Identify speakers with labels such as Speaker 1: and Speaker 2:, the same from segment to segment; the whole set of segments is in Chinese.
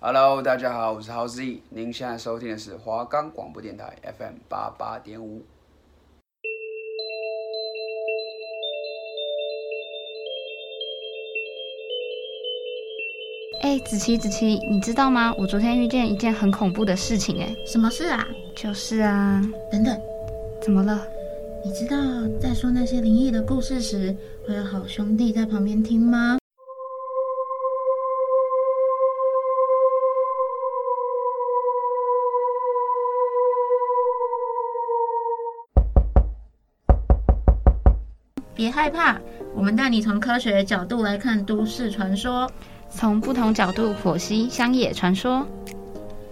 Speaker 1: Hello，大家好，我是 h o w Z，您现在收听的是华冈广播电台 FM 八八点五。
Speaker 2: 哎、子琪，子琪，你知道吗？我昨天遇见一件很恐怖的事情、哎，
Speaker 3: 什么事啊？
Speaker 2: 就是啊，
Speaker 3: 等等，
Speaker 2: 怎么了？
Speaker 3: 你知道在说那些灵异的故事时，会有好兄弟在旁边听吗？别害怕，我们带你从科学角度来看都市传说。
Speaker 2: 从不同角度剖析乡野传说。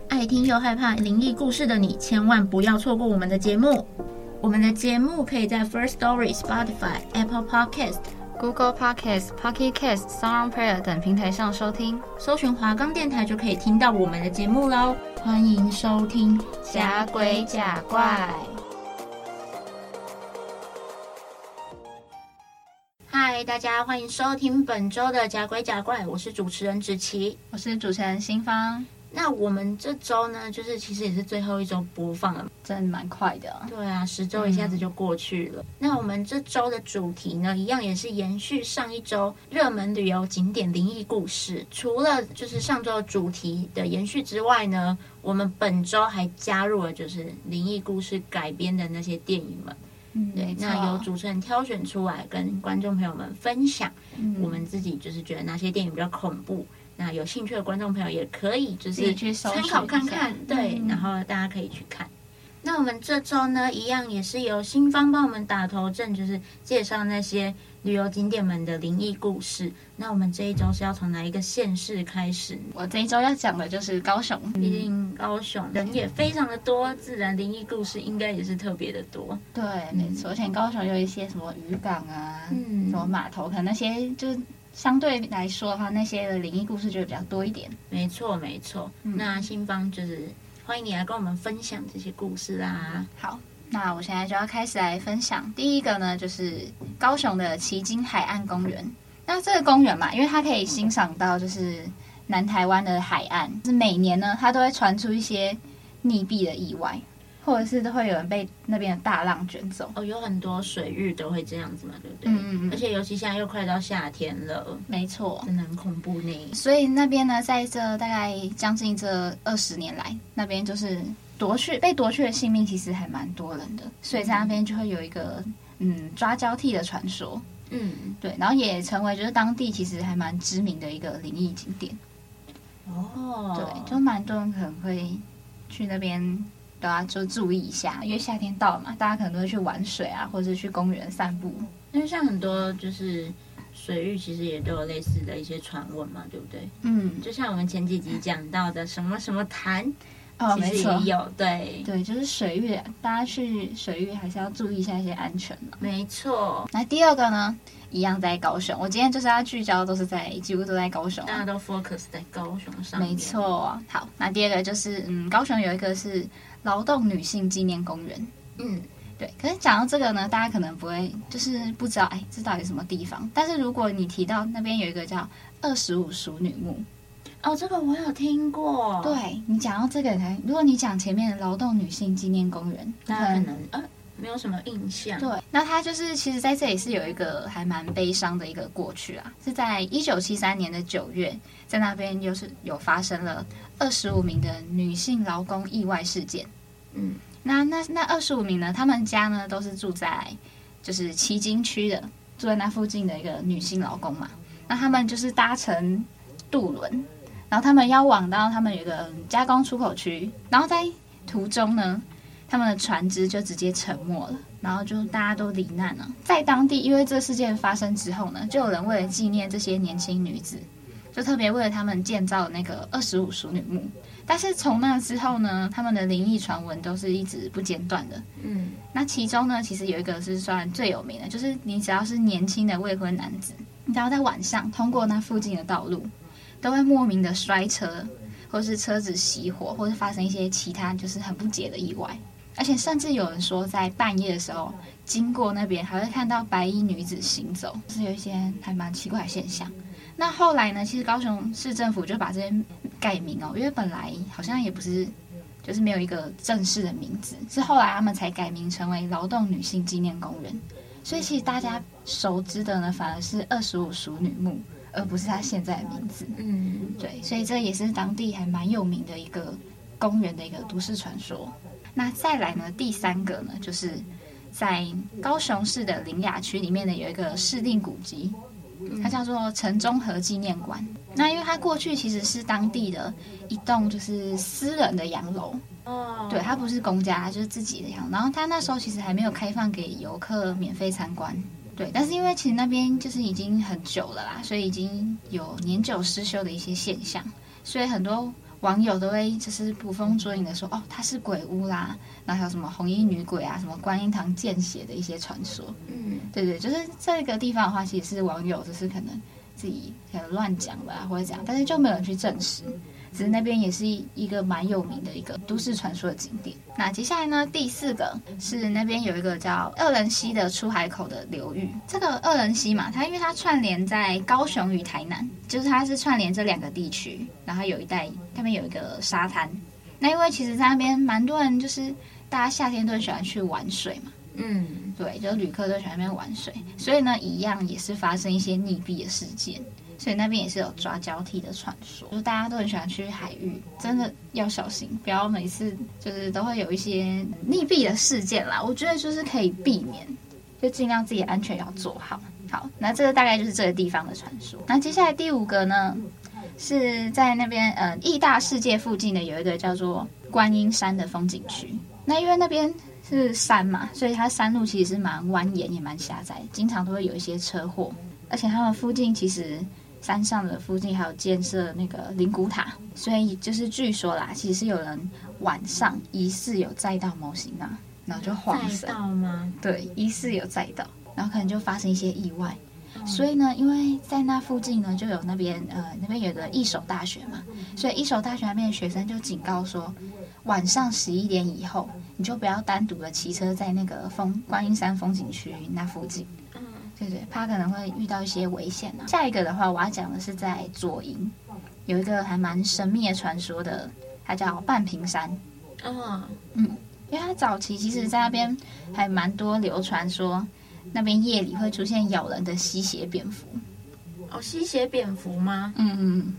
Speaker 3: 爱听又害怕灵异故事的你，千万不要错过我们的节目。我们的节目可以在 First Story、Spotify、Apple Podcast
Speaker 2: Google Podcast、Pocket Cast、Sound On Player 等平台上收听。
Speaker 3: 搜寻华冈电台，就可以听到我们的节目喽。欢迎收听《
Speaker 2: 假鬼假怪》。
Speaker 3: 嗨，大家欢迎收听本周的《假鬼假怪》，我是主持人芷琪。
Speaker 2: 我是主持人新芳，
Speaker 3: 那我们这周呢，就是其实也是最后一周播放了。
Speaker 2: 真的蛮快的。哦
Speaker 3: 对啊，十周一下子
Speaker 2: 嗯
Speaker 3: 就过去了。那我们这周的主题呢，一样也是延续上一周热门旅游景点灵异故事。除了就是上周主题的延续之外呢，我们本周还加入了就是灵异故事改编的那些电影们。
Speaker 2: 嗯
Speaker 3: 对，那由主持人挑选出来跟观众朋友们分享，
Speaker 2: 嗯
Speaker 3: 我们自己就是觉得哪些电影比较恐怖。那有兴趣的观众朋友也可以就
Speaker 2: 自己
Speaker 3: 是
Speaker 2: 去搜寻
Speaker 3: 参
Speaker 2: 一下嗯
Speaker 3: 考看看，对，然后大家可以去看。那我们这周呢，一样也是由新方帮我们打头阵，就是介绍那些旅游景点们的灵异故事。那我们这一周是要从哪一个县市开始呢？
Speaker 2: 我这一周要讲的就是高雄。
Speaker 3: 毕竟高雄人也非常的多，自然灵异故事应该也是特别的多。
Speaker 2: 对，没错，而且高雄有一些什么渔港啊，
Speaker 3: 嗯
Speaker 2: 什么码头，可能那些就是相对来说的话，那些的灵异故事就会比较多一点。
Speaker 3: 没错，没错。
Speaker 2: 嗯
Speaker 3: 那新方就是欢迎你来跟我们分享这些故事啦。
Speaker 2: 好，那我现在就要开始来分享。第一个呢，就是高雄的旗津海岸公园。那这个公园嘛，因为它可以欣赏到就是南台湾的海岸，是每年呢，它都会传出一些溺毙的意外，或者是都会有人被那边的大浪卷走。
Speaker 3: 哦，有很多水域都会这样子嘛，对不对？
Speaker 2: 嗯嗯嗯
Speaker 3: 而且尤其现在又快到夏天了，
Speaker 2: 没错，
Speaker 3: 真的很恐怖呢。
Speaker 2: 所以那边呢，在这大概将近这二十年来，那边就是夺去被夺去的性命，其实还蛮多人的，所以在那边就会有一个嗯抓交替的传说。
Speaker 3: 嗯，
Speaker 2: 对，然后也成为就是当地其实还蛮知名的一个灵异景点，
Speaker 3: 哦，
Speaker 2: 对，就蛮多人可能会去那边，大家就注意一下，因为夏天到了嘛，大家可能都会去玩水啊，或者是去公园散步。
Speaker 3: 因为像很多就是水域，其实也都有类似的一些传闻嘛，对不对？
Speaker 2: 嗯，
Speaker 3: 就像我们前几集讲到的什么什么潭，
Speaker 2: 哦，
Speaker 3: 其
Speaker 2: 没
Speaker 3: 实
Speaker 2: 错
Speaker 3: 也，有，对，
Speaker 2: 对，就是水域，大家去水域还是要注意一下一些安全嘛。
Speaker 3: 没错，
Speaker 2: 那第二个呢，一样在高雄，我今天就是要聚焦都是在几乎都在高雄啊、
Speaker 3: 大家都 focus 在高雄上面，
Speaker 2: 没，错，啊好，那第二个就是嗯，高雄有一个是劳动女性纪念公园。
Speaker 3: 嗯，
Speaker 2: 对，可是讲到这个呢，大家可能不会，就是不知道，哎，这到底什么地方？但是如果你提到那边有一个叫二十五熟女墓，
Speaker 3: 哦，这个我有听过，，
Speaker 2: 对你讲到这个才，如果你讲前面的劳动女性纪念公园，
Speaker 3: 大家可能呃没有什么印象，
Speaker 2: 对，那它就是其实在这里是有一个还蛮悲伤的一个过去啊，是在一九七三年的九月，在那边就是有发生了二十五名的女性劳工意外事件。
Speaker 3: 嗯，
Speaker 2: 那那那二十五名呢，他们家呢都是住在就是旗津区的，住在那附近的一个女性劳工嘛。那他们就是搭乘渡轮，然后他们要往到他们有一个嗯加工出口区，然后在途中呢，他们的船只就直接沉没了，然后就大家都罹难了。在当地，因为这事件发生之后呢，就有人为了纪念这些年轻女子，就特别为了他们建造那个二十五熟女墓。但是从那之后呢，他们的灵异传闻都是一直不间断的。
Speaker 3: 嗯，
Speaker 2: 那其中呢，其实有一个是算最有名的，就是你只要是年轻的未婚男子，你只要在晚上通过那附近的道路，都会莫名的摔车，或是车子熄火，或是发生一些其他就是很不解的意外。而且甚至有人说，在半夜的时候经过那边，还会看到白衣女子行走，就是有一些还蛮奇怪的现象。那后来呢，其实高雄市政府就把这些改名哦，因为本来好像也不是，就是没有一个正式的名字，是后来他们才改名成为劳动女性纪念公园。所以其实大家熟知的呢，反而是二十五熟女墓，而不是它现在的名字。
Speaker 3: 嗯，
Speaker 2: 对，所以这也是当地还蛮有名的一个公园的一个都市传说。那再来呢，第三个呢，就是在高雄市的林雅区里面呢，有一个市定古迹，它叫做城中和纪念馆。那因为它过去其实是当地的一栋就是私人的洋楼，
Speaker 3: 哦，
Speaker 2: 对，它不是公家，就是自己的样。然后它那时候其实还没有开放给游客免费参观，对。但是因为其实那边就是已经很久了啦，所以已经有年久失修的一些现象，所以很多网友都会就是捕风捉影的说，哦，它是鬼屋啦，然后还有什么红衣女鬼啊，什么观音堂见血的一些传说。
Speaker 3: 嗯，
Speaker 2: 对对，就是这个地方的话，其实是网友就是可能自己可能乱讲吧，或者怎样，但是就没有人去证实。只是那边也是一个蛮有名的一个都市传说的景点。那接下来呢，第四个是那边有一个叫二人溪的出海口的流域。这个二人溪嘛，它因为它串联在高雄与台南，就是它是串联这两个地区，然后有一带那边有一个沙滩。那因为其实在那边蛮多人就是大家夏天都很喜欢去玩水嘛。
Speaker 3: 嗯，
Speaker 2: 对，就是旅客都喜欢那边玩水，所以呢，一样也是发生一些溺毙的事件，所以那边也是有抓交替的传说，就大家都很喜欢去海域，真的要小心，不要每次就是都会有一些溺毙的事件啦。我觉得就是可以避免，就尽量自己的安全要做好。好，那这个大概就是这个地方的传说。那接下来第五个呢，是在那边呃义大世界附近的有一个叫做观音山的风景区。那因为那边是山嘛，所以它山路其实是蛮蜿蜒，也蛮狭窄，经常都会有一些车祸。而且他们附近其实山上的附近还有建设那个灵骨塔，所以就是据说啦，其实有人晚上疑似有载到模型啊，然后就晃
Speaker 3: 载
Speaker 2: 神，
Speaker 3: 到吗？
Speaker 2: 对，疑似有载到，然后可能就发生一些意外。所以呢，因为在那附近呢，就有那边呃那边有个一手大学嘛，所以一手大学那边的学生就警告说，晚上十一点以后，你就不要单独的骑车在那个风观音山风景区那附近，
Speaker 3: 嗯，
Speaker 2: 对对，怕可能会遇到一些危险啊。下一个的话，我要讲的是在左营有一个还蛮神秘的传说的，它叫半屏山。
Speaker 3: 哦，
Speaker 2: 因为它早期其实在那边还蛮多流传说，那边夜里会出现咬人的吸血蝙蝠。
Speaker 3: 哦，吸血蝙蝠吗？
Speaker 2: 嗯嗯，嗯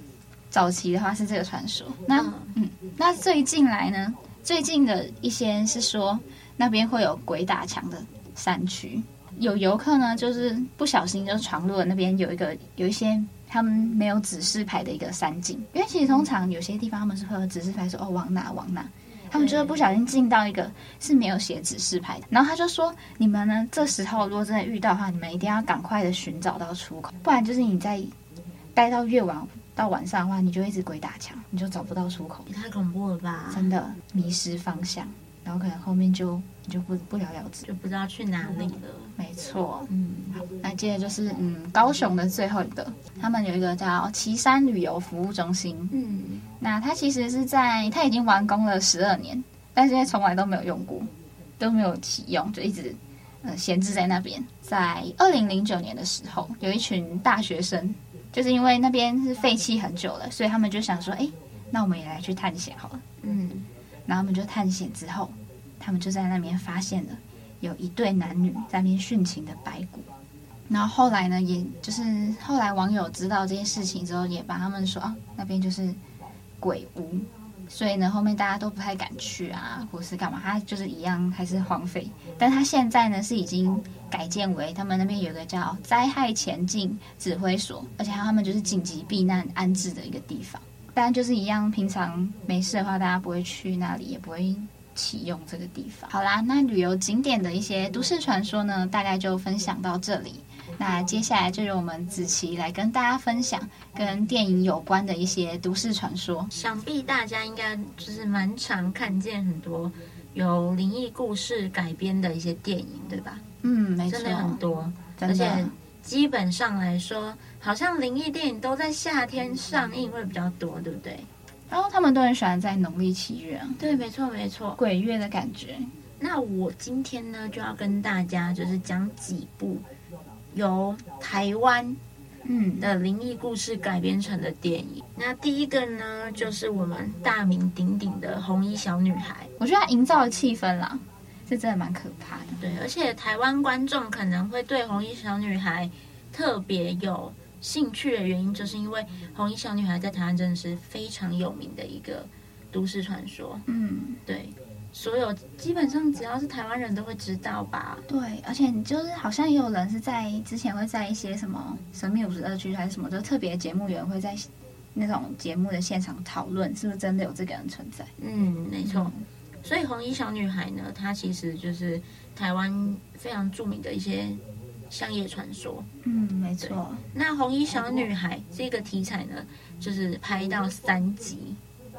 Speaker 2: 早期的话是这个传说。那
Speaker 3: 嗯
Speaker 2: 那最近来呢，最近的一些是说那边会有鬼打墙的山区，有游客呢就是不小心就闯入了那边有一个有一些。他们没有指示牌的一个山景，因为其实通常有些地方他们是会有指示牌说哦往哪往哪，他们就是不小心进到一个是没有写指示牌的，然后他就说你们呢这时候如果真的遇到的话，你们一定要赶快的寻找到出口，不然就是你在待到越晚到晚上的话，你就一直鬼打墙，你就找不到出口。
Speaker 3: 也太恐怖了吧，
Speaker 2: 真的迷失方向，然后可能后面就你就不不了了之。
Speaker 3: 就不知道去哪里了。
Speaker 2: 没错，
Speaker 3: 嗯，
Speaker 2: 那接着就是嗯，高雄的最后一个，他们有一个叫旗山旅游服务中心，
Speaker 3: 嗯，
Speaker 2: 那它其实是在它已经完工了十二年，但是因为从来都没有用过，都没有启用，就一直呃闲置在那边。在二零零九年的时候，有一群大学生，就是因为那边是废弃很久了，所以他们就想说，哎，那我们也来去探险好了。
Speaker 3: 嗯，
Speaker 2: 然后他们就探险之后，他们就在那边发现了有一对男女在那边殉情的白骨。然后后来呢，也就是后来网友知道这件事情之后，也把他们说啊，那边就是鬼屋，所以呢，后面大家都不太敢去啊，或是干嘛，它就是一样还是荒废。但它现在呢是已经改建为他们那边有一个叫灾害前进指挥所，而且还有他们就是紧急避难安置的一个地方。当然就是一样，平常没事的话，大家不会去那里，也不会启用这个地方。好啦，那旅游景点的一些都市传说呢，大概就分享到这里。那接下来就由我们子琪来跟大家分享跟电影有关的一些都市传说。
Speaker 3: 想必大家应该就是蛮常看见很多由灵异故事改编的一些电影，对吧？
Speaker 2: 嗯，没错
Speaker 3: 真，的很多，
Speaker 2: 真的
Speaker 3: 而且基本上来说，好像灵异电影都在夏天上映会比较多，对不对？
Speaker 2: 然哦后他们都很喜欢在农历七月、啊、
Speaker 3: 对，没错，没错。
Speaker 2: 鬼月的感觉。
Speaker 3: 那我今天呢，就要跟大家就是讲几部由台湾
Speaker 2: 嗯，
Speaker 3: 的灵异故事改编成的电影。那第一个呢，就是我们大名鼎鼎的红衣小女孩。
Speaker 2: 我觉得它营造的气氛啦，是真的蛮可怕的。
Speaker 3: 对，而且台湾观众可能会对红衣小女孩特别有兴趣的原因，就是因为红衣小女孩在台湾真的是非常有名的一个都市传说。
Speaker 2: 嗯，
Speaker 3: 对，所有基本上只要是台湾人都会知道吧。
Speaker 2: 对，而且你就是好像也有人是在之前会在一些什么神秘五十二区还是什么，就特别节目有人会在那种节目的现场讨论，是不是真的有这个人存在？
Speaker 3: 嗯，没错。所以红衣小女孩呢，她其实就是台湾非常著名的一些乡野传说。
Speaker 2: 嗯，没错。
Speaker 3: 那红衣小女孩这个题材呢，就是拍到三集，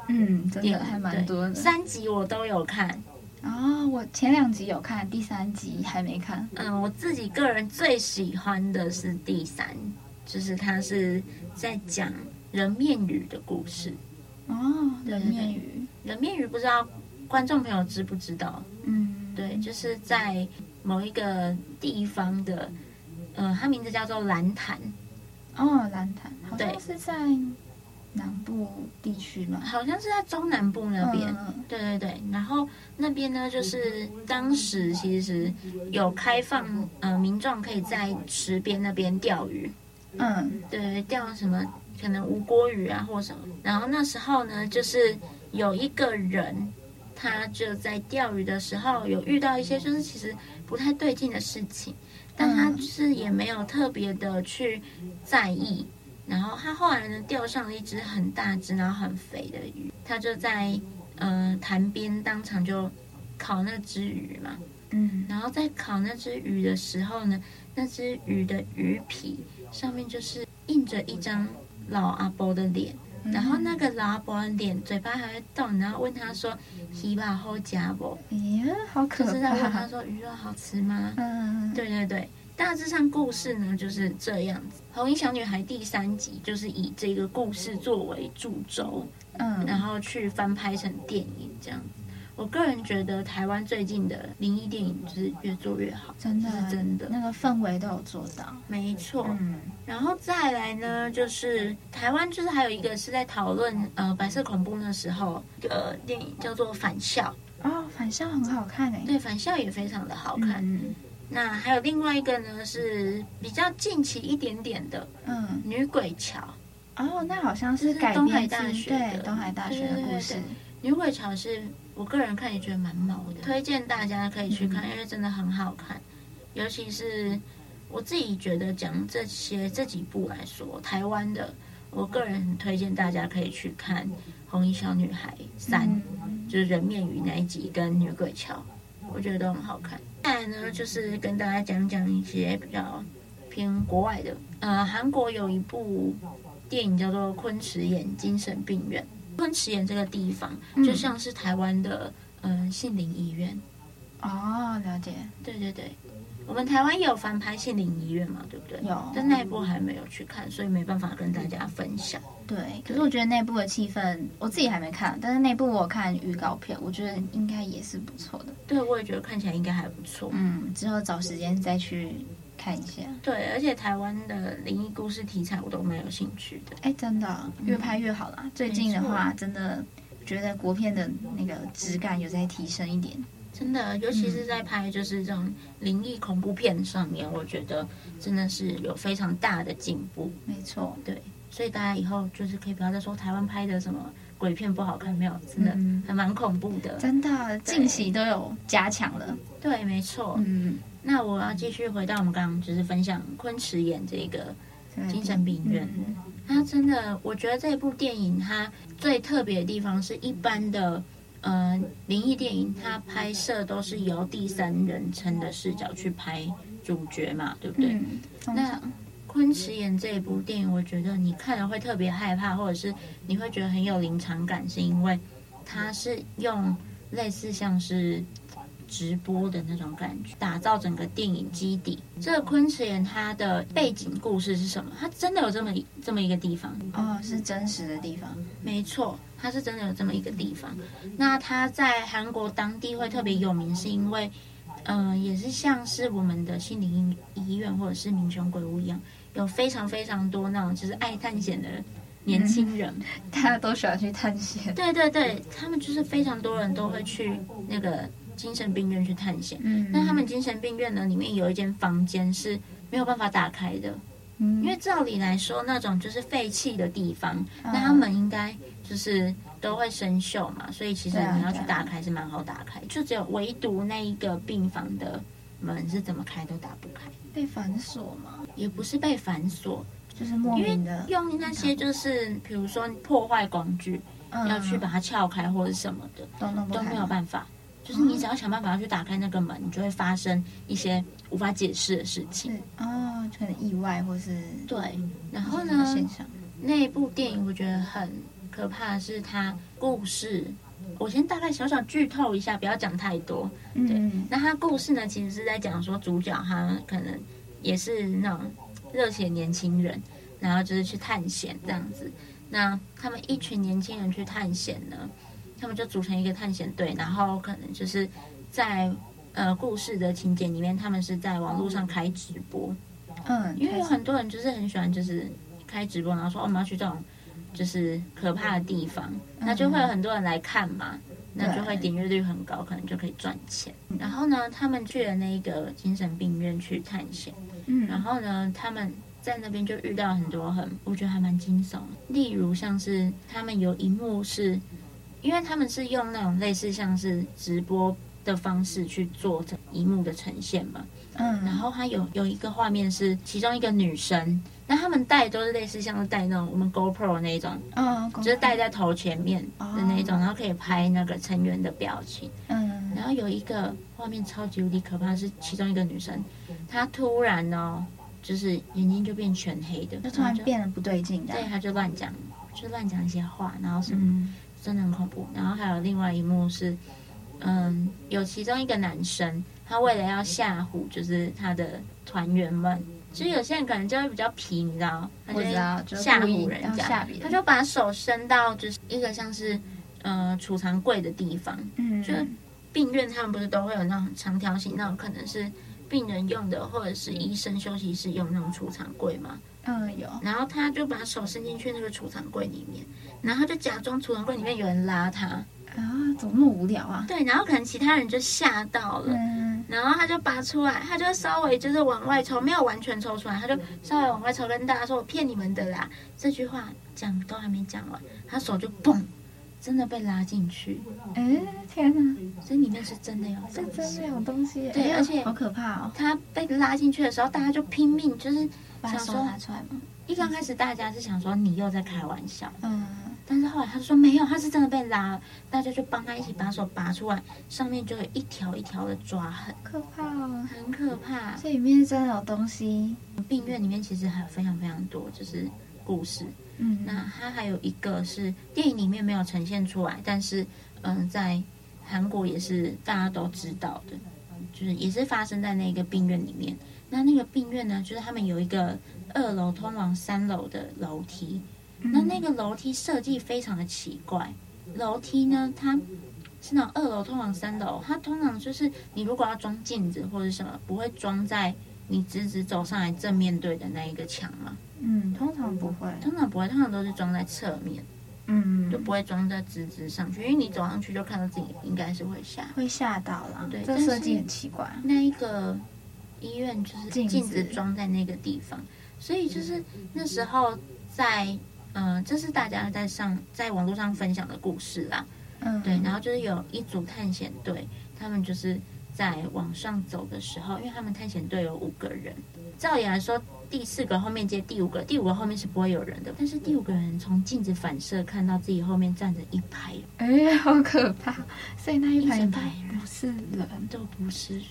Speaker 2: 嗯，真的还蛮多
Speaker 3: 对
Speaker 2: 的。
Speaker 3: 三集我都有看。
Speaker 2: 哦，我前两集有看，第三集还没看。
Speaker 3: 嗯，我自己个人最喜欢的是第三，就是它是在讲人面鱼的故事。
Speaker 2: 哦，
Speaker 3: 对
Speaker 2: 人
Speaker 3: 对
Speaker 2: 面鱼。
Speaker 3: 人面鱼不知道观众朋友知不知道？
Speaker 2: 嗯，
Speaker 3: 对，就是在某一个地方的，呃，它名字叫做蓝潭，
Speaker 2: 哦，蓝潭好
Speaker 3: 对
Speaker 2: 像是在南部地区嘛。
Speaker 3: 好像是在中南部那边。
Speaker 2: 嗯
Speaker 3: 对对对，然后那边呢，就是当时其实有开放，呃，民众可以在池边那边钓鱼，
Speaker 2: 嗯
Speaker 3: 对，钓什么可能无锅鱼啊或什么。然后那时候呢，就是有一个人，他就在钓鱼的时候有遇到一些就是其实不太对劲的事情，但他就是也没有特别的去在意。然后他后来呢，钓上了一只很大只然后很肥的鱼，他就在呃潭边当场就烤那只鱼嘛，
Speaker 2: 嗯
Speaker 3: 然后在烤那只鱼的时候呢，那只鱼的鱼皮上面就是印着一张老阿伯的脸，
Speaker 2: 嗯
Speaker 3: 然后那个老阿伯的脸嘴巴还会动，然后问他说：“鱼吧好夹不
Speaker 2: 哎呀，好？”可
Speaker 3: 就是在问他
Speaker 2: 怕。
Speaker 3: 说：“鱼肉好吃吗
Speaker 2: 嗯，？”
Speaker 3: 对对对，大致上故事呢就是这样子。《红衣小女孩》第三集就是以这个故事作为主轴，然
Speaker 2: 嗯，
Speaker 3: 后去翻拍成电影这样子。我个人觉得台湾最近的灵异电影就是越做越好，
Speaker 2: 真的
Speaker 3: 这是真的，哦
Speaker 2: 那个氛围都有做到。
Speaker 3: 没错。
Speaker 2: 嗯
Speaker 3: 然后再来呢，就是台湾就是还有一个是在讨论呃白色恐怖那时候的电影叫做《返校》，
Speaker 2: 哦，返校很好看哎。
Speaker 3: 对，《返校》也非常的好看。
Speaker 2: 嗯
Speaker 3: 那还有另外一个呢是比较近期一点点的
Speaker 2: 嗯
Speaker 3: 《女鬼桥》，
Speaker 2: 哦，那好像
Speaker 3: 这
Speaker 2: 是
Speaker 3: 是
Speaker 2: 改
Speaker 3: 东海
Speaker 2: 编
Speaker 3: 大
Speaker 2: 自
Speaker 3: 学
Speaker 2: 对
Speaker 3: 的
Speaker 2: 东海大
Speaker 3: 对
Speaker 2: 学的
Speaker 3: 对
Speaker 2: 故
Speaker 3: 对
Speaker 2: 事
Speaker 3: 对。女鬼桥是我个人看也觉得蛮毛的，推荐大家可以去看，因为真的很好看。尤其是我自己觉得讲这些这几部来说，台湾的，我个人很推荐大家可以去看《红衣小女孩三》
Speaker 2: 嗯
Speaker 3: 就是人面鱼那一集跟女鬼桥，我觉得都很好看。再来呢，就是跟大家讲讲一些比较偏国外的，呃，韩国有一部电影叫做《昆池岩精神病院》，昆池岩这个地方
Speaker 2: 嗯
Speaker 3: 就像是台湾的嗯、呃杏林医院，
Speaker 2: 哦，了解。
Speaker 3: 对对对。我们台湾也有翻拍《杏林医院》嘛，对不对？
Speaker 2: 有
Speaker 3: 但那一部还没有去看，所以没办法跟大家分享。
Speaker 2: 对，可是我觉得那部的气氛，我自己还没看，但是那部我有看预告片，我觉得应该也是不错的。
Speaker 3: 对，我也觉得看起来应该还不错。
Speaker 2: 嗯，之后找时间再去看一下。
Speaker 3: 对，而且台湾的灵异故事题材我都蛮有兴趣的。
Speaker 2: 哎，真的越拍越好啦！最近的话，真的觉得国片的那个质感有在提升一点。
Speaker 3: 真的，尤其
Speaker 2: 嗯
Speaker 3: 是在拍就是这种灵异恐怖片上面，我觉得真的是有非常大的进步。
Speaker 2: 没错，
Speaker 3: 所以大家以后就是可以不要再说台湾拍的什么鬼片不好看，没有，真的
Speaker 2: 嗯
Speaker 3: 还蛮恐怖的。
Speaker 2: 真的近期都有加强了。
Speaker 3: 对，没错。
Speaker 2: 嗯，
Speaker 3: 那我要继续回到我们刚刚就是分享昆池演这个
Speaker 2: 对
Speaker 3: 精神病院，
Speaker 2: 嗯
Speaker 3: 它真的，我觉得这部电影它最特别的地方是一般的。呃，灵异电影它拍摄都是由第三人称的视角去拍主角嘛，对不对？
Speaker 2: 嗯，通
Speaker 3: 那
Speaker 2: 常
Speaker 3: 昆池演这一部电影，我觉得你看了会特别害怕，或者是你会觉得很有临场感，是因为它是用类似像是直播的那种感觉，打造整个电影基底。这个昆池岩它的背景故事是什么？它真的有这么一这么一个地方？
Speaker 2: 哦是真实的地方。
Speaker 3: 没错，它是真的有这么一个地方。那它在韩国当地会特别有名，是因呃为，嗯、也是像是我们的心灵医院或者是民雄鬼屋一样，有非常非常多那种就是爱探险的年轻人。
Speaker 2: 大家都喜欢去探险。
Speaker 3: 对对对，他们就是非常多人都会去那个精神病院去探险。
Speaker 2: 嗯，
Speaker 3: 那他们精神病院呢，里面有一间房间是没有办法打开的，
Speaker 2: 因
Speaker 3: 因为照理来说，那种就是废弃的地方，
Speaker 2: 嗯
Speaker 3: 那他们应该就是都会生锈嘛，所以其实
Speaker 2: 对啊
Speaker 3: 你要去
Speaker 2: 对啊
Speaker 3: 打开是蛮好打开，就只有唯独那一个病房的门是怎么开都打不开，
Speaker 2: 被反锁嘛，
Speaker 3: 也不是被反锁，
Speaker 2: 就是莫名的
Speaker 3: 用那些就是比如说破坏工具要去把它撬开或者什么的，
Speaker 2: 嗯都弄不
Speaker 3: 都
Speaker 2: 开，
Speaker 3: 没有办法。
Speaker 2: 嗯
Speaker 3: 就是你只要想办法要去打开那个门，你就会发生一些无法解释的事情。
Speaker 2: 是哦，可能意外或是
Speaker 3: 对，
Speaker 2: 嗯
Speaker 3: 然后
Speaker 2: 什么
Speaker 3: 呢，
Speaker 2: 现象，
Speaker 3: 那部电影我觉得很可怕的是它故事，我先大概小小剧透一下，不要讲太多。
Speaker 2: 嗯，
Speaker 3: 那它故事呢，其实是在讲说主角他可能也是那种热血年轻人，然后就是去探险这样子。那他们一群年轻人去探险呢，他们就组成一个探险队，然后可能就是在呃故事的情节里面，他们是在网络上开直播，
Speaker 2: 嗯，
Speaker 3: 因为有很多人就是很喜欢就是开直播，然后说、哦、我们要去这种就是可怕的地方，那就会有很多人来看嘛，那就会点阅率很高，可能就可以赚钱。然后呢，他们去了那个精神病院去探险，
Speaker 2: 嗯，
Speaker 3: 然后呢，他们。在那边就遇到很多很，我觉得还蛮惊悚的。例如像是他们有一幕是，因为他们是用那种类似像是直播的方式去做这一幕的呈现嘛，
Speaker 2: 嗯，
Speaker 3: 然
Speaker 2: 然后
Speaker 3: 后它有有一个画面是其中一个女生，那她们戴都是类似像是戴那种我们 GoPro 那一种，
Speaker 2: 嗯，
Speaker 3: 就是戴在头前面的那种，
Speaker 2: 哦
Speaker 3: 然后可以拍那个成员的表情。
Speaker 2: 嗯，
Speaker 3: 然后有一个画面超级无敌可怕，是其中一个女生，她突然哦，就是眼睛就变全黑的，
Speaker 2: 就突然，变得不对劲这
Speaker 3: 对，
Speaker 2: 样，
Speaker 3: 她就乱讲，就乱讲一些话，然后什么
Speaker 2: 嗯
Speaker 3: 真的很恐怖。然后还有另外一幕是，嗯，有其中一个男生，他为了要吓唬，就是他的团员们，就是有些人可能就会比较皮，你知道，他就
Speaker 2: 我知道就
Speaker 3: 会
Speaker 2: 是
Speaker 3: 吓
Speaker 2: 故意
Speaker 3: 唬人
Speaker 2: 要吓
Speaker 3: 家
Speaker 2: 别，人
Speaker 3: 他就把手伸到就是一个像是呃储藏柜的地方。
Speaker 2: 嗯，
Speaker 3: 就是病院他们不是都会有那种长条形，那种可能是病人用的，或者是医生休息室用那种储藏柜嘛。
Speaker 2: 嗯有，
Speaker 3: 然后他就把手伸进去那个储藏柜里面，然后他就假装储藏柜里面有人拉他。
Speaker 2: 啊，怎么那么无聊啊？
Speaker 3: 对，然后可能其他人就吓到了，
Speaker 2: 嗯，
Speaker 3: 然后他就拔出来，他就稍微就是往外抽，没有完全抽出来，他就稍微往外抽，跟大家说我骗你们的啦。这句话讲都还没讲完，他手就嘣，真的被拉进去，
Speaker 2: 哎，天哪，
Speaker 3: 所以里面是真的有
Speaker 2: 这
Speaker 3: 东
Speaker 2: 真
Speaker 3: 西
Speaker 2: 的。有东西耶，
Speaker 3: 对
Speaker 2: 哎呦
Speaker 3: 而且
Speaker 2: 好可怕哦，
Speaker 3: 他被拉进去的时候，大家就拼命，就是
Speaker 2: 把手
Speaker 3: 想说嗯
Speaker 2: 拿出来嘛，
Speaker 3: 一刚开始大家是想说你又在开玩笑，
Speaker 2: 嗯，
Speaker 3: 但是后来他说没有，他是真的被拉了，大家就帮他一起把手拔出来，上面就有一条一条的抓痕，
Speaker 2: 可怕哦，
Speaker 3: 很可怕。
Speaker 2: 这里面真的有东西，
Speaker 3: 病院里面其实还有非常非常多就是故事。
Speaker 2: 嗯，
Speaker 3: 那它还有一个是电影里面没有呈现出来，但是嗯、在韩国也是大家都知道的，就是也是发生在那个病院里面。那那个病院呢，就是他们有一个二楼通往三楼的楼梯，
Speaker 2: 嗯
Speaker 3: 那那个楼梯设计非常的奇怪。楼梯呢，它是那种二楼通往三楼，它通常就是你如果要装镜子或者什么，不会装在你直直走上来正面对的那一个墙嘛，
Speaker 2: 嗯，通常不会，
Speaker 3: 通常不会，通常都是装在侧面，
Speaker 2: 嗯
Speaker 3: 就，不会装在直直上去，因为你走上去就看到自己应该是会下。
Speaker 2: 会吓到啦。
Speaker 3: 对
Speaker 2: 这
Speaker 3: 但是
Speaker 2: 设计很奇怪。
Speaker 3: 那一个医院就是
Speaker 2: 镜
Speaker 3: 镜子
Speaker 2: 子
Speaker 3: 装在那个地方，所以就是那时候在，嗯、这是大家在上在网络上分享的故事啦。
Speaker 2: 嗯，
Speaker 3: 对，然后就是有一组探险队，他们就是在往上走的时候，因为他们探险队有五个人，照理来说第四个后面接第五个，第五个后面是不会有人的，但是第五个人从镜子反射看到自己后面站着一排
Speaker 2: 哎，好可怕！所以那一排
Speaker 3: 一整
Speaker 2: 人
Speaker 3: 排人
Speaker 2: 不是人，
Speaker 3: 都不是人，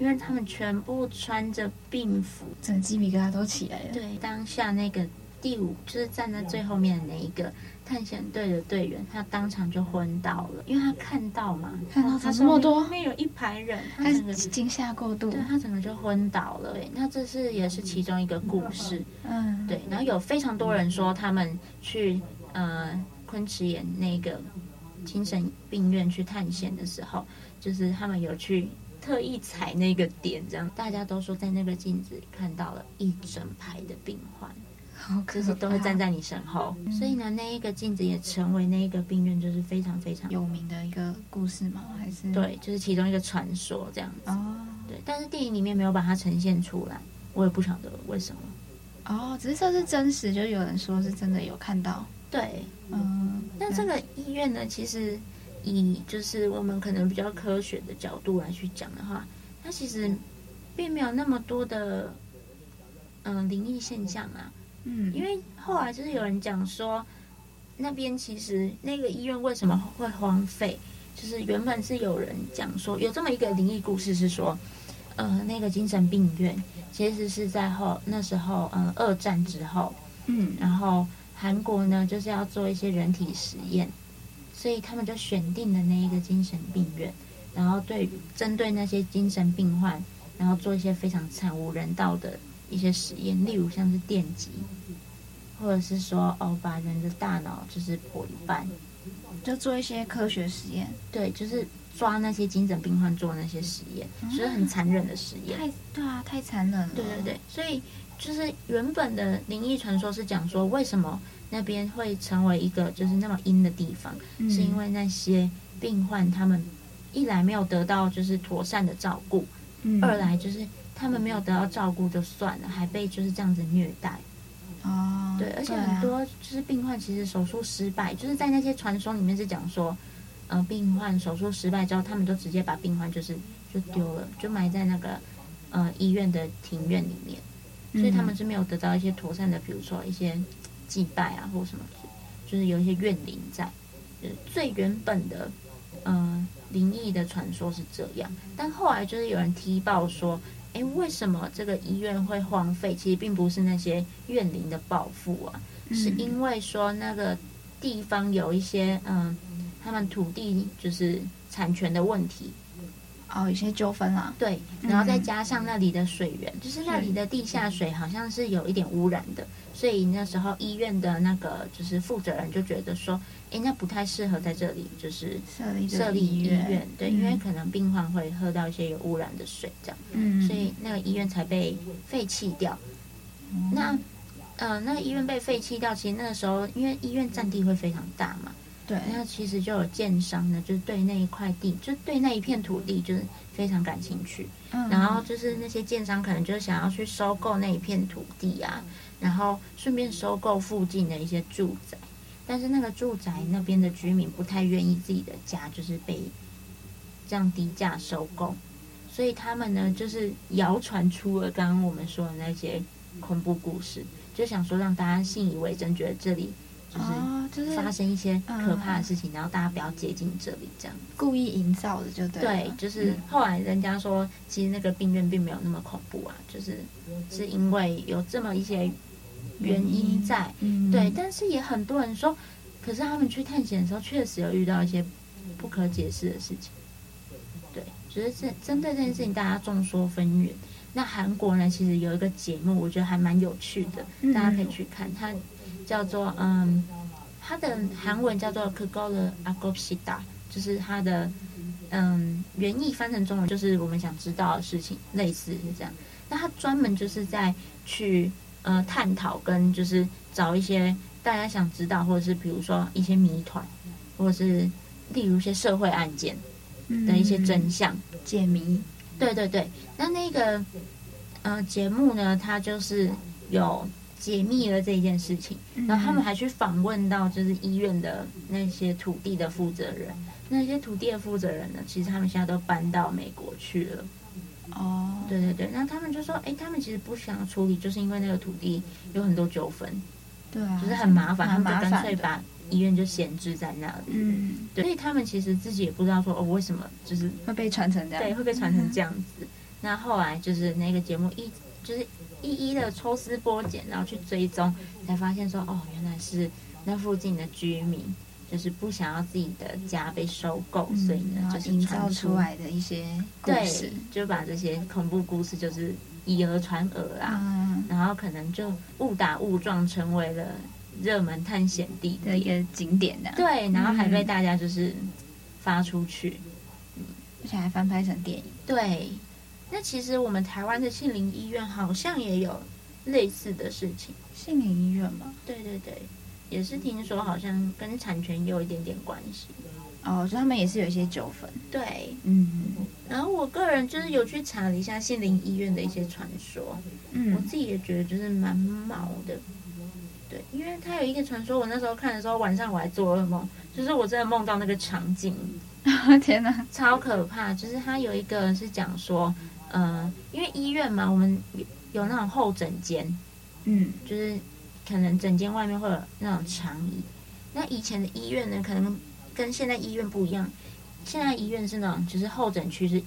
Speaker 3: 因为他们全部穿着病服。
Speaker 2: 整个鸡皮疙瘩都起来了。
Speaker 3: 对，当下那个第五就是站在最后面的那一个探险队的队员，他当场就昏倒了，因为他看到嘛，
Speaker 2: 看到
Speaker 3: 他
Speaker 2: 哦怎么那么多
Speaker 3: 上面有一排人，他
Speaker 2: 他
Speaker 3: 整个
Speaker 2: 是惊吓过度
Speaker 3: 对。他整个就昏倒了欸。那这是也是其中一个故事，
Speaker 2: 嗯，
Speaker 3: 对。然后有非常多人说他们去呃昆池岩那个精神病院去探险的时候，就是他们有去特意踩那个点，这样大家都说在那个镜子看到了一整排的病患，
Speaker 2: 好可
Speaker 3: 就是都会站
Speaker 2: 在
Speaker 3: 在你身后。所以呢，那一个镜子也成为那一个病院就是非常非常
Speaker 2: 有名的一个故事吗？还是
Speaker 3: 对，就是其中一个传说这样子。
Speaker 2: 哦
Speaker 3: 对，但是电影里面没有把它呈现出来，我也不晓得为什么。
Speaker 2: 哦，只是这是真实，就有人说是真的有看到，
Speaker 3: 对，
Speaker 2: 嗯，
Speaker 3: 那这个医院呢，其实以就是我们可能比较科学的角度来去讲的话，它其实并没有那么多的嗯、呃灵异现象啊，
Speaker 2: 嗯，
Speaker 3: 因为后来就是有人讲说，那边其实那个医院为什么会荒废，就是原本是有人讲说有这么一个灵异故事是说，呃，那个精神病院其实是在后那时候，呃，二战之后，
Speaker 2: 嗯
Speaker 3: 然后韩国呢就是要做一些人体实验，所以他们就选定了那一个精神病院，然后对针对那些精神病患，然后做一些非常惨无人道的一些实验，例如像是电击，或者是说哦把人的大脑就是剖一半，
Speaker 2: 就做一些科学实验，
Speaker 3: 对，就是抓那些精神病患做那些实验，就是很残忍的实验。
Speaker 2: 太对啊，太残忍了，
Speaker 3: 对对对，所以就是原本的灵异传说是讲说，为什么那边会成为一个就是那么阴的地方，
Speaker 2: 嗯
Speaker 3: 是因为那些病患他们一来没有得到就是妥善的照顾，
Speaker 2: 嗯
Speaker 3: 二来就是他们没有得到照顾就算了，还被就是这样子虐待。
Speaker 2: 哦，
Speaker 3: 对，而且
Speaker 2: 啊
Speaker 3: 很多就是病患其实手术失败，就是在那些传说里面是讲说，呃，病患手术失败之后，他们都直接把病患就是就丢了，就埋在那个呃医院的庭院里面，所以他们是没有得到一些妥善的，比如说一些祭拜啊或什么之，就是有一些怨灵在。就是最原本的，呃，灵异的传说是这样，但后来就是有人踢爆说，哎，为什么这个医院会荒废？其实并不是那些怨灵的报复啊，
Speaker 2: 嗯
Speaker 3: 是因为说那个地方有一些嗯、他们土地就是产权的问题，
Speaker 2: 哦有些纠纷啦，
Speaker 3: 对，
Speaker 2: 嗯
Speaker 3: 然后再加上那里的水源，就是那里的地下水好像是有一点污染的，所以那时候医院的那个就是负责人就觉得说，哎，那不太适合在这里就是
Speaker 2: 设立这个
Speaker 3: 设立医院，对，
Speaker 2: 嗯
Speaker 3: 因为可能病患会喝到一些有污染的水这样。
Speaker 2: 嗯，
Speaker 3: 所以那个医院才被废弃掉。那呃，那个医院被废弃掉，其实那个时候因为医院占地会非常大嘛，
Speaker 2: 对，
Speaker 3: 那其实就有建商呢，就是对那一块地，就对那一片土地就是非常感兴趣，
Speaker 2: 嗯
Speaker 3: 然后就是那些建商可能就想要去收购那一片土地
Speaker 2: 嗯
Speaker 3: 啊，然后顺便收购附近的一些住宅。但是那个住宅
Speaker 2: 嗯
Speaker 3: 那边的居民不太愿意自己的家就是被这样低价收购，所以他们呢就是谣传出了刚刚我们说的那些恐怖故事，就想说让大家信以为真，觉得这里就是
Speaker 2: 哦就是嗯
Speaker 3: 发生一些可怕的事情，然后大家不要接近这里这样。
Speaker 2: 故意营造的就对啊嗯了，
Speaker 3: 对，就是后来人家说，其实那个病院并没有那么恐怖啊，就是是因为有这么一些原因在。
Speaker 2: 嗯
Speaker 3: 对，但是也很多人说，可是他们去探险的时候，确实有遇到一些不可解释的事情。对，只是针针对这件事情，大家众说纷纭。那韩国呢，其实有一个节目，我觉得还蛮有趣的，
Speaker 2: 嗯
Speaker 3: 大家可以去看，它叫做嗯，它的韩文叫做《k o g o l a g o p s i d a 就是它的嗯原意翻成中文就是我们想知道的事情，类似是这样。那它专门就是在去呃探讨跟就是找一些大家想知道，或者是比如说一些谜团，或者是例如一些社会案件的一些真
Speaker 2: 嗯
Speaker 3: 相。
Speaker 2: 解谜，
Speaker 3: 对对对，那那个呃节目呢，它就是有解密了这一件事情，
Speaker 2: 嗯
Speaker 3: 然后他们还去访问到就是医院的那些土地的负责人，那些土地的负责人呢，其实他们现在都搬到美国去了。
Speaker 2: 哦，
Speaker 3: 对对对，那他们就说，哎，他们其实不想处理，就是因为那个土地有很多纠纷，
Speaker 2: 对啊，
Speaker 3: 就是很麻烦，他们
Speaker 2: 蛮麻
Speaker 3: 就
Speaker 2: 烦
Speaker 3: 干脆
Speaker 2: 的
Speaker 3: 把医院就闲置在那里。
Speaker 2: 嗯
Speaker 3: 对，所以他们其实自己也不知道说哦，为什么就是
Speaker 2: 会被传成这样，
Speaker 3: 对，会被传成这样子。那后来就是那个节目一就是一一的抽丝剥茧，然后去追踪，才发现说哦，原来是那附近的居民就是不想要自己的家被收购，
Speaker 2: 嗯
Speaker 3: 所以呢
Speaker 2: 然后
Speaker 3: 就是
Speaker 2: 营
Speaker 3: 传
Speaker 2: 造出来的一些故
Speaker 3: 对
Speaker 2: 事，，
Speaker 3: 就把这些恐怖故事就是以讹传讹啊，
Speaker 2: 嗯
Speaker 3: 然后可能就误打误撞成为了热门探险地
Speaker 2: 的一个景点的，
Speaker 3: 对，然后还被
Speaker 2: 嗯
Speaker 3: 大家就是发出去。嗯
Speaker 2: 而且还翻拍成电影。
Speaker 3: 对，那其实我们台湾的杏林医院好像也有类似的事情。
Speaker 2: 杏林医院嘛，
Speaker 3: 对对对，也是听说好像跟产权有一点点关系。
Speaker 2: 哦，就他们也是有一些纠纷。
Speaker 3: 对，
Speaker 2: 嗯
Speaker 3: 然后我个人就是有去查了一下杏林医院的一些传说，我
Speaker 2: 嗯，
Speaker 3: 自己也觉得就是蛮毛的。对，因为它有一个传说，我那时候看的时候，晚上我还做噩梦，就是我真的梦到那个场景，
Speaker 2: 天哪，
Speaker 3: 超可怕。就是它有一个是讲说，呃，因为医院嘛，我们有有那种候诊间，
Speaker 2: 嗯
Speaker 3: 就是可能整间外面会有那种长椅。那以前的医院呢，可能跟现在医院不一样，现在医院是那种就是候诊区是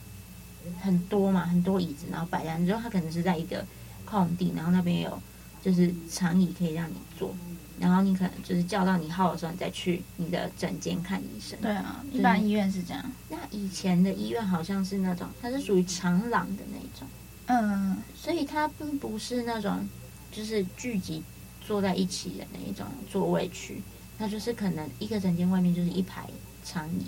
Speaker 3: 很多嘛，很多椅子，然后摆在，你知道它可能是在一个空地，然后那边有就是长椅可以让你坐，然后你可能就是叫到你号的时候，你再去你的诊间看医生。
Speaker 2: 对啊，
Speaker 3: 对
Speaker 2: 一般医院是这样。
Speaker 3: 那以前的医院好像是那种，它是属于长廊的那种。
Speaker 2: 嗯，
Speaker 3: 所以它并不是那种就是聚集坐在一起的那一种座位区，它就是可能一个整间外面就是一排长椅，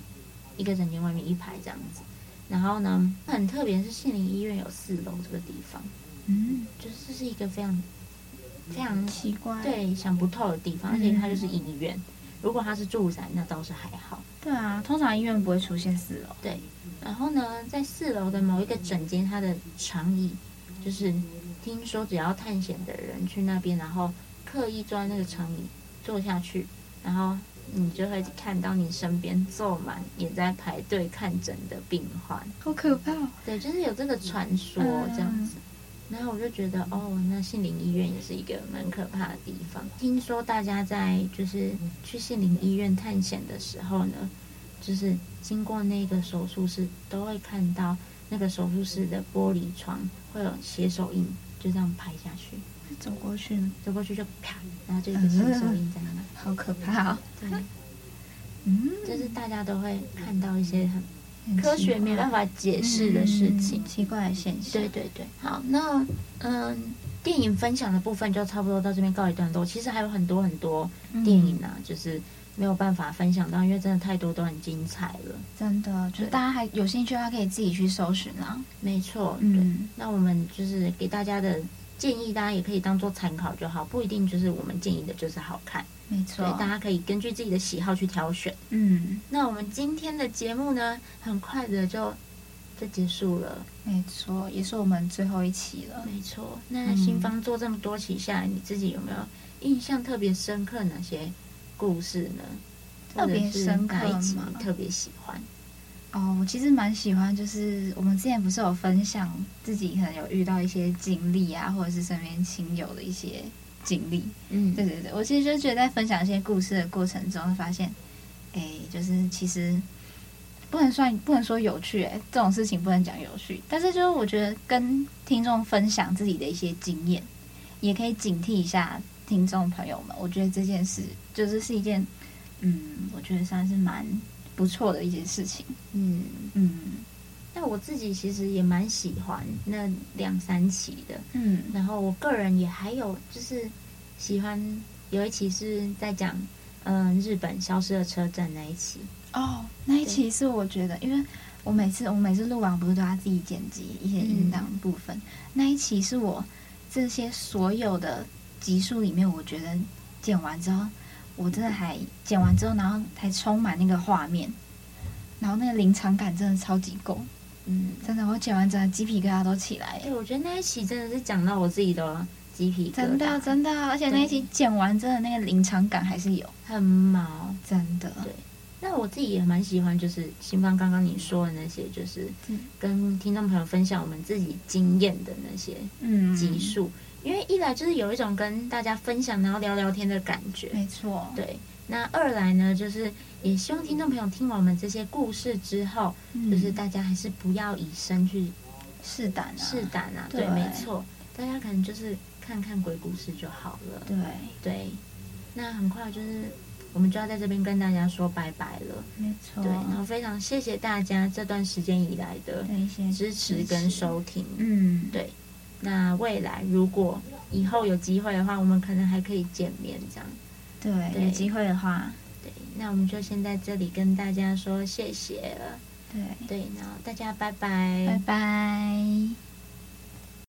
Speaker 3: 一个整间外面一排这样子。然后呢，很特别是杏林医院有四楼这个地方，
Speaker 2: 嗯，
Speaker 3: 就是这是一个非常非常
Speaker 2: 奇怪。
Speaker 3: 对想不透的地方，而且它就是医院。如果它是住宅，那倒是还好。
Speaker 2: 对啊，通常医院不会出现四楼。
Speaker 3: 对，然后呢，在四楼的某一个整间，它的长椅，就是听说只要探险的人去那边，然后刻意坐在那个长椅坐下去，然后你就会看到你身边坐满也在排队看诊的病患。
Speaker 2: 好可怕、哦！
Speaker 3: 对，就是有这个传说
Speaker 2: 嗯
Speaker 3: 这样子。然后我就觉得，哦，那杏林医院也是一个蛮可怕的地方。听说大家在就是去杏林医院探险的时候呢，就是经过那个手术室，都会看到那个手术室的玻璃窗会有血手印，就这样拍下去，
Speaker 2: 走过去呢，
Speaker 3: 走过去就啪，然后就一个血手印在那。
Speaker 2: 好可怕、哦。
Speaker 3: 对，
Speaker 2: 嗯，
Speaker 3: 就是大家都会看到一些很
Speaker 2: 很
Speaker 3: 嗯科
Speaker 2: 奇
Speaker 3: 学
Speaker 2: 怪
Speaker 3: 没办法解释的事情
Speaker 2: 嗯。奇怪的现象。
Speaker 3: 对对对，好，那嗯，电影分享的部分就差不多到这边告一段落。其实还有很多很多
Speaker 2: 嗯
Speaker 3: 电影啊，就是没有办法分享到，因为真的太多都很精彩了。
Speaker 2: 真的，就是
Speaker 3: 对
Speaker 2: 大家还有兴趣的话，可以自己去搜寻啦。
Speaker 3: 没错，对。
Speaker 2: 嗯，
Speaker 3: 那我们就是给大家的建议，大家也可以当做参考就好，不一定就是我们建议的就是好看，
Speaker 2: 没
Speaker 3: 对，
Speaker 2: 错
Speaker 3: 大。家可以根据自己的喜好去挑选。
Speaker 2: 嗯，
Speaker 3: 那我们今天的节目呢，很快的就就结束了。
Speaker 2: 没错，也是我们最后一期了。
Speaker 3: 没错，那
Speaker 2: 嗯
Speaker 3: 新方做这么多期下来，你自己有没有印象特别深刻哪些故事呢？
Speaker 2: 特别深刻吗
Speaker 3: 或者是哪一集你特别喜欢？
Speaker 2: 哦，我其实蛮喜欢，就是我们之前不是有分享自己可能有遇到一些经历啊，或者是身边亲友的一些经历。
Speaker 3: 嗯
Speaker 2: 对对对，我其实就觉得在分享一些故事的过程中，发现，哎，就是其实不能算不能说有趣、哎，这种事情不能讲有趣，但是就是我觉得跟听众分享自己的一些经验，也可以警惕一下听众朋友们。我觉得这件事就是是一件，嗯，我觉得算是蛮不错的一件事情。
Speaker 3: 嗯，
Speaker 2: 嗯
Speaker 3: 那我自己其实也蛮喜欢那两三期的，
Speaker 2: 嗯
Speaker 3: 然后我个人也还有就是喜欢有一期是在讲嗯、日本消失的车站那一期，
Speaker 2: 哦，那一期是我觉得，因为我每次我每次录完不是都要自己剪辑一些音档
Speaker 3: 嗯
Speaker 2: 部分，那一期是我这些所有的集数里面，我觉得剪完之后，我真的还剪完之后，然后还充满那个画面，然后那个临场感真的超级够，
Speaker 3: 嗯，
Speaker 2: 真的我剪完整个鸡皮疙瘩都起来
Speaker 3: 哎、
Speaker 2: 了。
Speaker 3: 我觉得那一期真的是讲到我自己的鸡皮疙瘩，
Speaker 2: 真的真的，而且那一期剪完真的那个临场感还是有，
Speaker 3: 很毛。
Speaker 2: 真的。
Speaker 3: 那我自己也蛮喜欢，就是新芳刚刚你说的那些，就是
Speaker 2: 嗯
Speaker 3: 跟听众朋友分享我们自己经验的那些
Speaker 2: 嗯，
Speaker 3: 集数，因为一来就是有一种跟大家分享然后聊聊天的感觉，
Speaker 2: 没错，
Speaker 3: 对。那二来呢，就是也希望听众朋友听完我们这些故事之后，
Speaker 2: 嗯
Speaker 3: 就是大家还是不要以身去
Speaker 2: 试胆啊，
Speaker 3: 试胆啊，
Speaker 2: 对
Speaker 3: 对，没错，大家可能就是看看鬼故事就好了，
Speaker 2: 对，
Speaker 3: 对。那很快就是我们就要在这边跟大家说拜拜了。
Speaker 2: 没错，
Speaker 3: 对，然后非常谢谢大家这段时间以来的
Speaker 2: 的一些
Speaker 3: 支持跟，收听。
Speaker 2: 嗯，
Speaker 3: 对，那未来如果以后有机会的话，我们可能还可以见面这样。
Speaker 2: 对，
Speaker 3: 对
Speaker 2: 有机会的话，
Speaker 3: 对，那我们就先在这里跟大家说谢谢了，
Speaker 2: 对，
Speaker 3: 嗯对，然后大家拜拜。
Speaker 2: 拜拜。